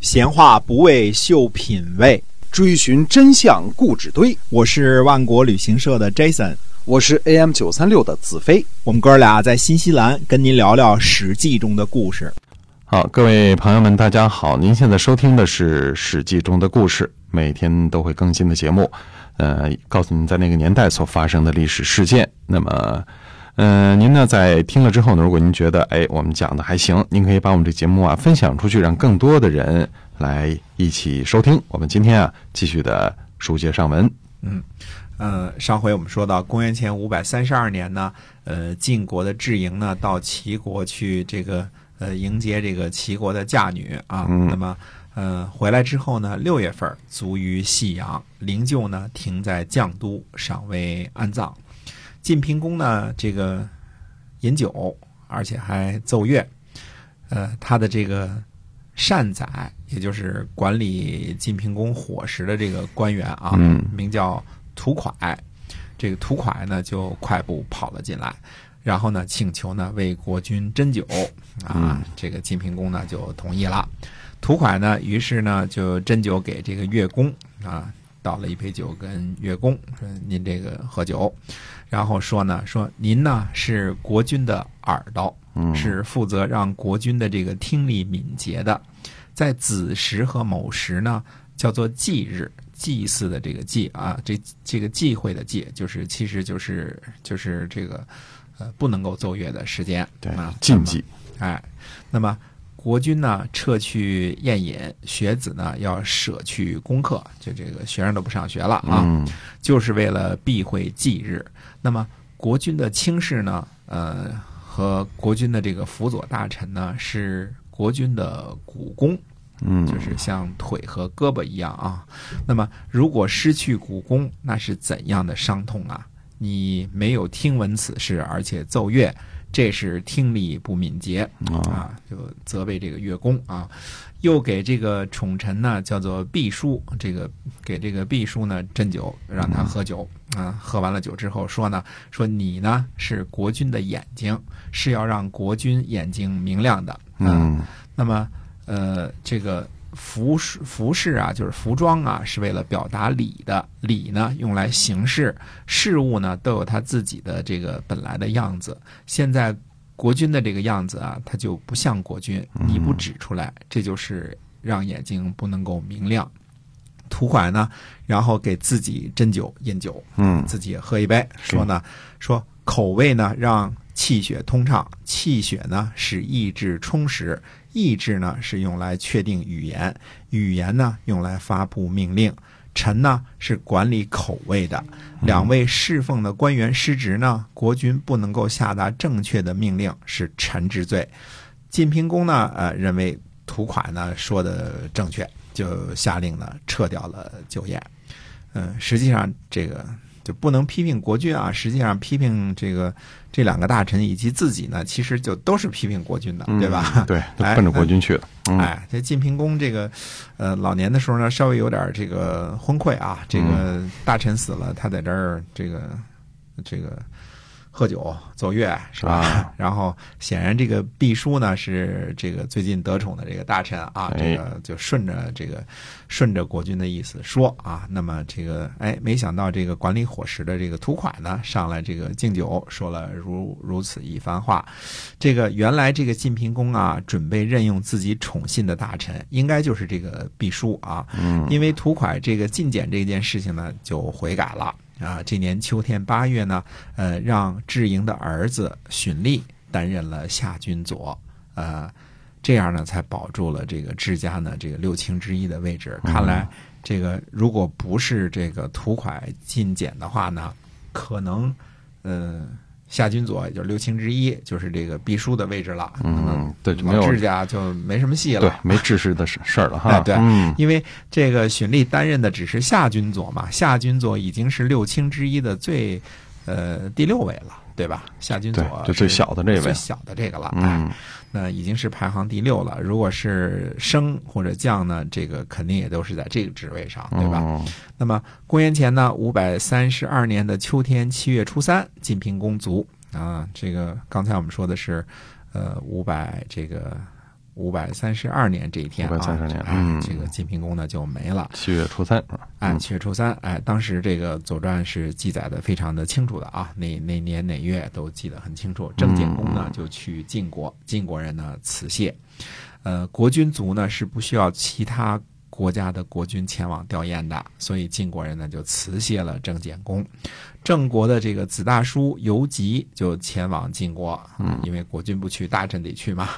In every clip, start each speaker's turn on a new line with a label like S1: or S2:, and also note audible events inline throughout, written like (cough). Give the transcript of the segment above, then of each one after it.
S1: 闲话不为秀品味，
S2: 追寻真相故纸堆。
S1: 我是万国旅行社的 Jason，
S2: 我是 AM 九三六的子飞。
S1: 我们哥俩在新西兰跟您聊聊《史记》中的故事。
S3: 好，各位朋友们，大家好！您现在收听的是《史记》中的故事，每天都会更新的节目，呃，告诉您在那个年代所发生的历史事件。那么，呃，您呢在听了之后呢，如果您觉得哎我们讲的还行，您可以把我们这节目啊分享出去，让更多的人来一起收听。我们今天啊继续的书接上文。
S1: 嗯，上回我们说到公元前五百三十二年呢，呃，晋国的智莹呢到齐国去这个呃迎接这个齐国的嫁女啊，
S3: 嗯
S1: 那么呃回来之后呢，六月份儿卒于细阳，灵柩呢停在绛都，尚未安葬。晋平公呢这个饮酒，而且还奏乐，呃，他的这个善宰，也就是管理晋平公伙食的这个官员啊，
S3: 嗯
S1: 名叫屠蒯。这个屠蒯呢，就快步跑了进来，然后呢，请求呢为国君斟酒啊。这个晋平公呢就同意了。屠蒯呢，于是呢就斟酒给这个乐公啊，倒了一杯酒跟乐公说：“您这个喝酒。”然后说呢，说您呢是国君的耳朵，
S3: 嗯
S1: 是负责让国君的这个听力敏捷的，在子时和卯时呢，叫做祭日，祭祀的这个祭啊，这这个忌讳的忌，就是其实就是就是这个呃不能够奏乐的时间，
S3: 对
S1: 啊，，
S3: 禁忌。
S1: 哎，那么国君呢撤去宴饮，学子呢要舍去功课，就这个学生都不上学了啊，
S3: 嗯
S1: 就是为了避讳忌日。那么国君的卿士呢，呃，和国君的这个辅佐大臣呢，是国君的股肱，
S3: 嗯，
S1: 就是像腿和胳膊一样啊。那么如果失去股肱，那是怎样的伤痛啊？你没有听闻此事，而且奏乐，这是听力不敏捷
S3: 啊，
S1: 啊，就责备这个乐公啊，又给这个宠臣呢叫做毕叔，这个给这个毕叔呢斟酒，让他喝酒啊。喝完了酒之后说呢，说你呢是国君的眼睛，是要让国君眼睛明亮的。啊，
S3: 嗯
S1: 那么呃，这个服饰服饰啊，就是服装啊，是为了表达礼的，礼呢用来形式，事物呢都有它自己的这个本来的样子。现在国君的这个样子啊，它就不像国君，你不指出来，这就是让眼睛不能够明亮。涂拐呢，然后给自己斟酒饮酒，
S3: 嗯
S1: 自己也喝一杯，说呢，说口味呢让气血通畅，气血呢使意志充实，意志呢是用来确定语言，语言呢用来发布命令。臣呢是管理口味的，两位侍奉的官员失职呢，国君不能够下达正确的命令，是臣之罪。晋平公呢，呃，认为屠款呢说的正确，就下令呢撤掉了酒宴。嗯、实际上这个就不能批评国君啊，实际上批评这个这两个大臣以及自己呢，其实就都是批评国君的，
S3: 嗯
S1: 对吧？
S3: 对，都
S1: 哎
S3: 奔着国君去的。嗯
S1: 哎，这晋平公这个，呃，老年的时候呢，稍微有点这个昏聩啊。这个
S3: 嗯
S1: 大臣死了，他在这儿这个这个喝酒奏乐是吧？
S3: 啊
S1: (laughs) 然后显然这个毕叔呢是这个最近得宠的这个大臣啊，
S3: 哎
S1: 这个就顺着这个顺着国君的意思说啊。那么这个哎，没想到这个管理伙食的这个屠款呢，上来这个敬酒，说了如如此一番话。这个原来这个晋平公啊，准备任用自己宠信的大臣，应该就是这个毕叔啊。
S3: 嗯
S1: 因为屠蒯这个进谏这件事情呢，就悔改了啊。这年秋天八月呢，呃，让智莹的儿子荀立担任了夏军佐，呃，这样呢才保住了这个智家呢这个六卿之一的位置。
S3: 嗯
S1: 看来这个如果不是这个屠蒯进谏的话呢，可能呃夏军佐也就是六卿之一，就是这个毕叔的位置了。
S3: 嗯，对，就没
S1: 老
S3: 有
S1: 智家就没什么戏了。
S3: 对没治世的事事儿了哈。
S1: 哎对
S3: 嗯
S1: 因为这个荀立担任的只是夏君佐嘛，夏君佐已经是六卿之一的最，呃，第六位了，对吧？夏君佐
S3: 对就最
S1: 是
S3: 小的这位
S1: 最小的这个了，哎
S3: 嗯，
S1: 那已经是排行第六了。如果是升或者降呢，这个肯定也都是在这个职位上，对吧？
S3: 嗯
S1: 那么公元前呢，五百三十二年的秋天七月初三，晋平公卒啊。这个刚才我们说的是，呃，五百这个五百三十二年这一天啊，
S3: 532年
S1: 哎
S3: 嗯
S1: 这个晋平公呢就没了。
S3: 七月初三，是吧
S1: 哎，七月初三，哎，当时这个《左传》是记载的非常的清楚的啊，哪哪年哪月都记得很清楚。郑简公呢就去晋国，晋国人呢辞谢，呃，国君族呢是不需要其他国家的国君前往吊唁的，所以晋国人呢就辞谢了郑简公。郑国的这个子大叔游吉就前往晋国，嗯，因为国君不去，大臣得去嘛。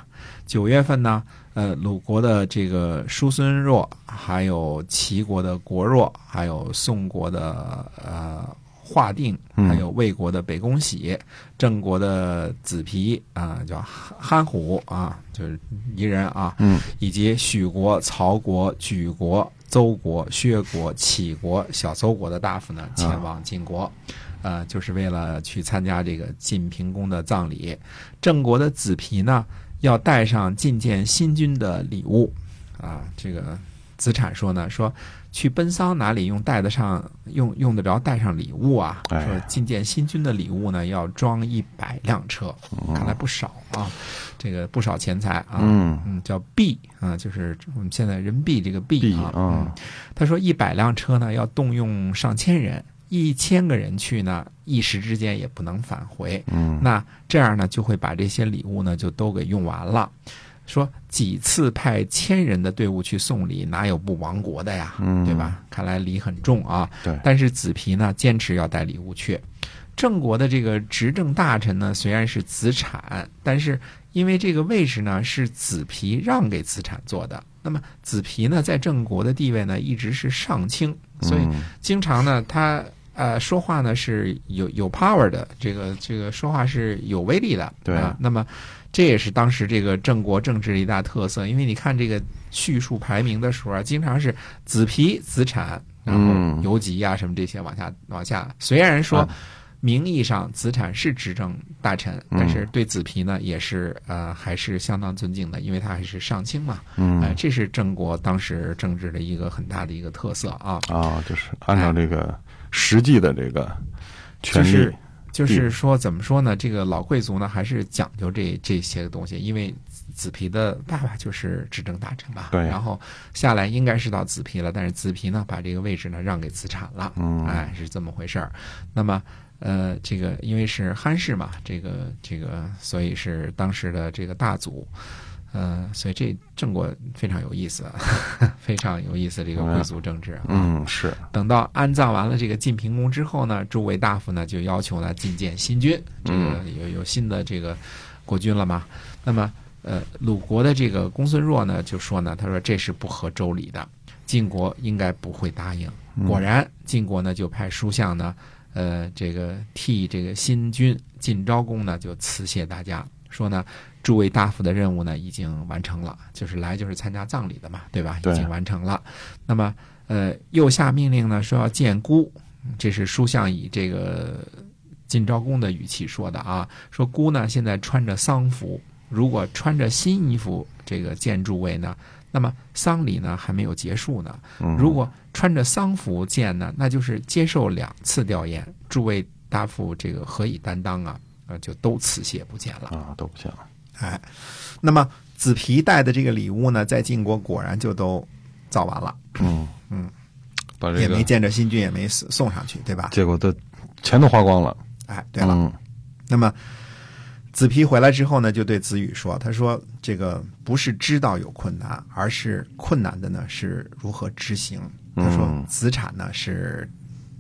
S1: 九月份呢，呃，鲁国的这个叔孙若，还有齐国的国若，还有宋国的呃华定，还有魏国的北宫喜，郑国的子皮啊、叫憨憨虎啊，就是夷人啊，
S3: 嗯，
S1: 以及许国、曹国、莒国、邹国、薛国、杞国、小邹国的大夫呢，前往晋国。呃，就是为了去参加这个晋平公的葬礼。郑国的子皮呢，要带上觐见新君的礼物，啊，这个子产说呢，说去奔丧哪里用带得上，用用得着带上礼物啊？
S3: 哎
S1: 说觐见新君的礼物呢，要装一百辆车，看来不少啊，这个不少钱财啊。
S3: 嗯
S1: 嗯，叫币啊，就是我们现在人民币这个币
S3: 币
S1: 啊。
S3: 啊
S1: 嗯，他说一百辆车呢，要动用上千人，一千个人去呢，一时之间也不能返回。
S3: 嗯，
S1: 那这样呢，就会把这些礼物呢就都给用完了。说几次派千人的队伍去送礼，哪有不亡国的呀？
S3: 嗯
S1: 对吧？看来礼很重啊。
S3: 对
S1: 但是子皮呢，坚持要带礼物去。郑国的这个执政大臣呢，虽然是子产，但是因为这个位置呢是子皮让给子产做的，那么子皮呢在郑国的地位呢一直是上卿，所以
S3: 嗯
S1: 经常呢，他呃说话呢是有有 power 的，这个这个说话是有威力的，
S3: 对
S1: 啊。那么这也是当时这个郑国政治的一大特色，因为你看这个叙述排名的时候啊，经常是子皮、子产，然
S3: 嗯
S1: 后游吉啊什么这些往下往下。虽然说。
S3: 啊
S1: 名义上，子产是执政大臣，
S3: 嗯
S1: 但是对子皮呢，也是呃，还是相当尊敬的，因为他还是上卿嘛。呃，
S3: 嗯
S1: 这是郑国当时政治的一个很大的一个特色啊。
S3: 啊，就是按照这个实际的这个权利，
S1: 就是啊就是
S3: 嗯
S1: 说，怎么说呢？这个老贵族呢，还是讲究这这些个东西，因为子皮的爸爸就是执政大臣嘛。
S3: 对
S1: 然后下来应该是到子皮了，但是子皮呢，把这个位置呢让给子产了。
S3: 嗯
S1: 哎，是这么回事儿。那么，呃，这个因为是憨氏嘛，这个这个，所以是当时的这个大族。呃，所以这郑国非常有意思， (laughs) 非常有意思这个贵族政治啊。
S3: 嗯是
S1: 等到安葬完了这个晋平公之后呢，诸位大夫呢就要求呢觐见新君，这个有有新的这个国君了嘛？那么呃，鲁国的这个公孙弱呢就说呢，他说这是不合周礼的，晋国应该不会答应。果然，晋国呢就派书相呢，呃，这个替这个新君晋昭公呢就辞谢大家，说呢。诸位大夫的任务呢已经完成了，就是来就是参加葬礼的嘛，对吧？
S3: 对
S1: 已经完成了。那么呃，又下命令呢，说要建孤，这是书相以这个晋昭公的语气说的啊，说孤呢现在穿着丧服，如果穿着新衣服这个见诸位呢，那么丧礼呢还没有结束呢，
S3: 嗯
S1: 如果穿着丧服见呢，那就是接受两次吊唁，诸位大夫这个何以担当啊？呃，就都辞谢不见了。
S3: 啊都不行，
S1: 哎，
S2: 那么，
S1: 子皮带的这个礼物呢，在晋国果然就都造完了，
S3: 嗯
S1: 嗯，
S3: 把这个
S1: 见着新君，也没送上去，对吧？
S3: 结果都钱都花光了，
S1: 哎，对
S3: 对
S1: 了，
S3: 嗯
S1: 那么子皮回来之后呢，就对子羽说：“他说这个不是知道有困难，而是困难的呢是如何执行。”他说
S3: 嗯：“
S1: 子产呢是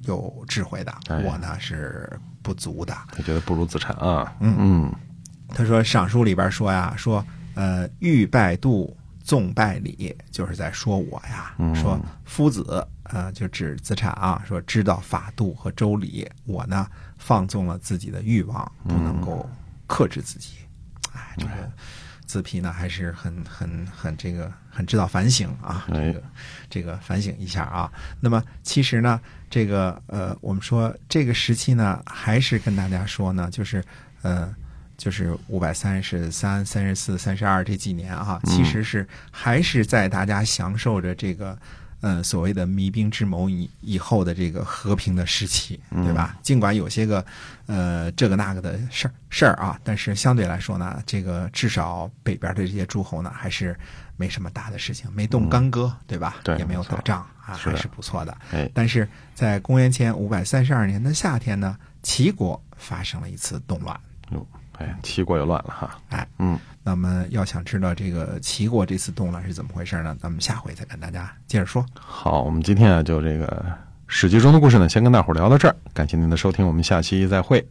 S1: 有智慧的，
S3: 哎
S1: 我呢是不足的。”
S3: 他觉得不如子产啊，嗯
S1: 他说《尚书》里边说呀，说呃，欲拜度，纵拜礼，就是在说我呀。说夫子，呃，就指子产啊，说知道法度和周礼，我呢放纵了自己的欲望，不能够克制自己。哎，这个子皮呢还是很很很这个很知道反省啊，这
S3: 哎
S1: 个这个反省一下啊。那么其实呢，这个呃，我们说这个时期呢，还是跟大家说呢，就是呃，就是五百三十三、三十四、三十二这几年啊，其实是还是在大家享受着这个。呃所谓的弭兵之谋以以后的这个和平的时期，对吧？尽管有些个呃这个那个的事儿事儿啊，但是相对来说呢，这个至少北边的这些诸侯呢，还是没什么大的事情，没动干戈，对吧？
S3: 对
S1: 也没有
S3: 没错
S1: 打仗啊，
S3: 是的
S1: 还是不错的。
S3: 哎，
S1: 但是在公元前五百三十二年的夏天呢，齐国发生了一次动乱。
S3: 哟，哎，齐国又乱了哈。
S1: 哎，
S3: 嗯，
S1: 那么要想知道这个齐国这次动乱是怎么回事呢？咱们下回再跟大家接着说。
S3: 好，我们今天啊，就这个《史记》中的故事呢，先跟大伙儿聊到这儿。感谢您的收听，我们下期再会，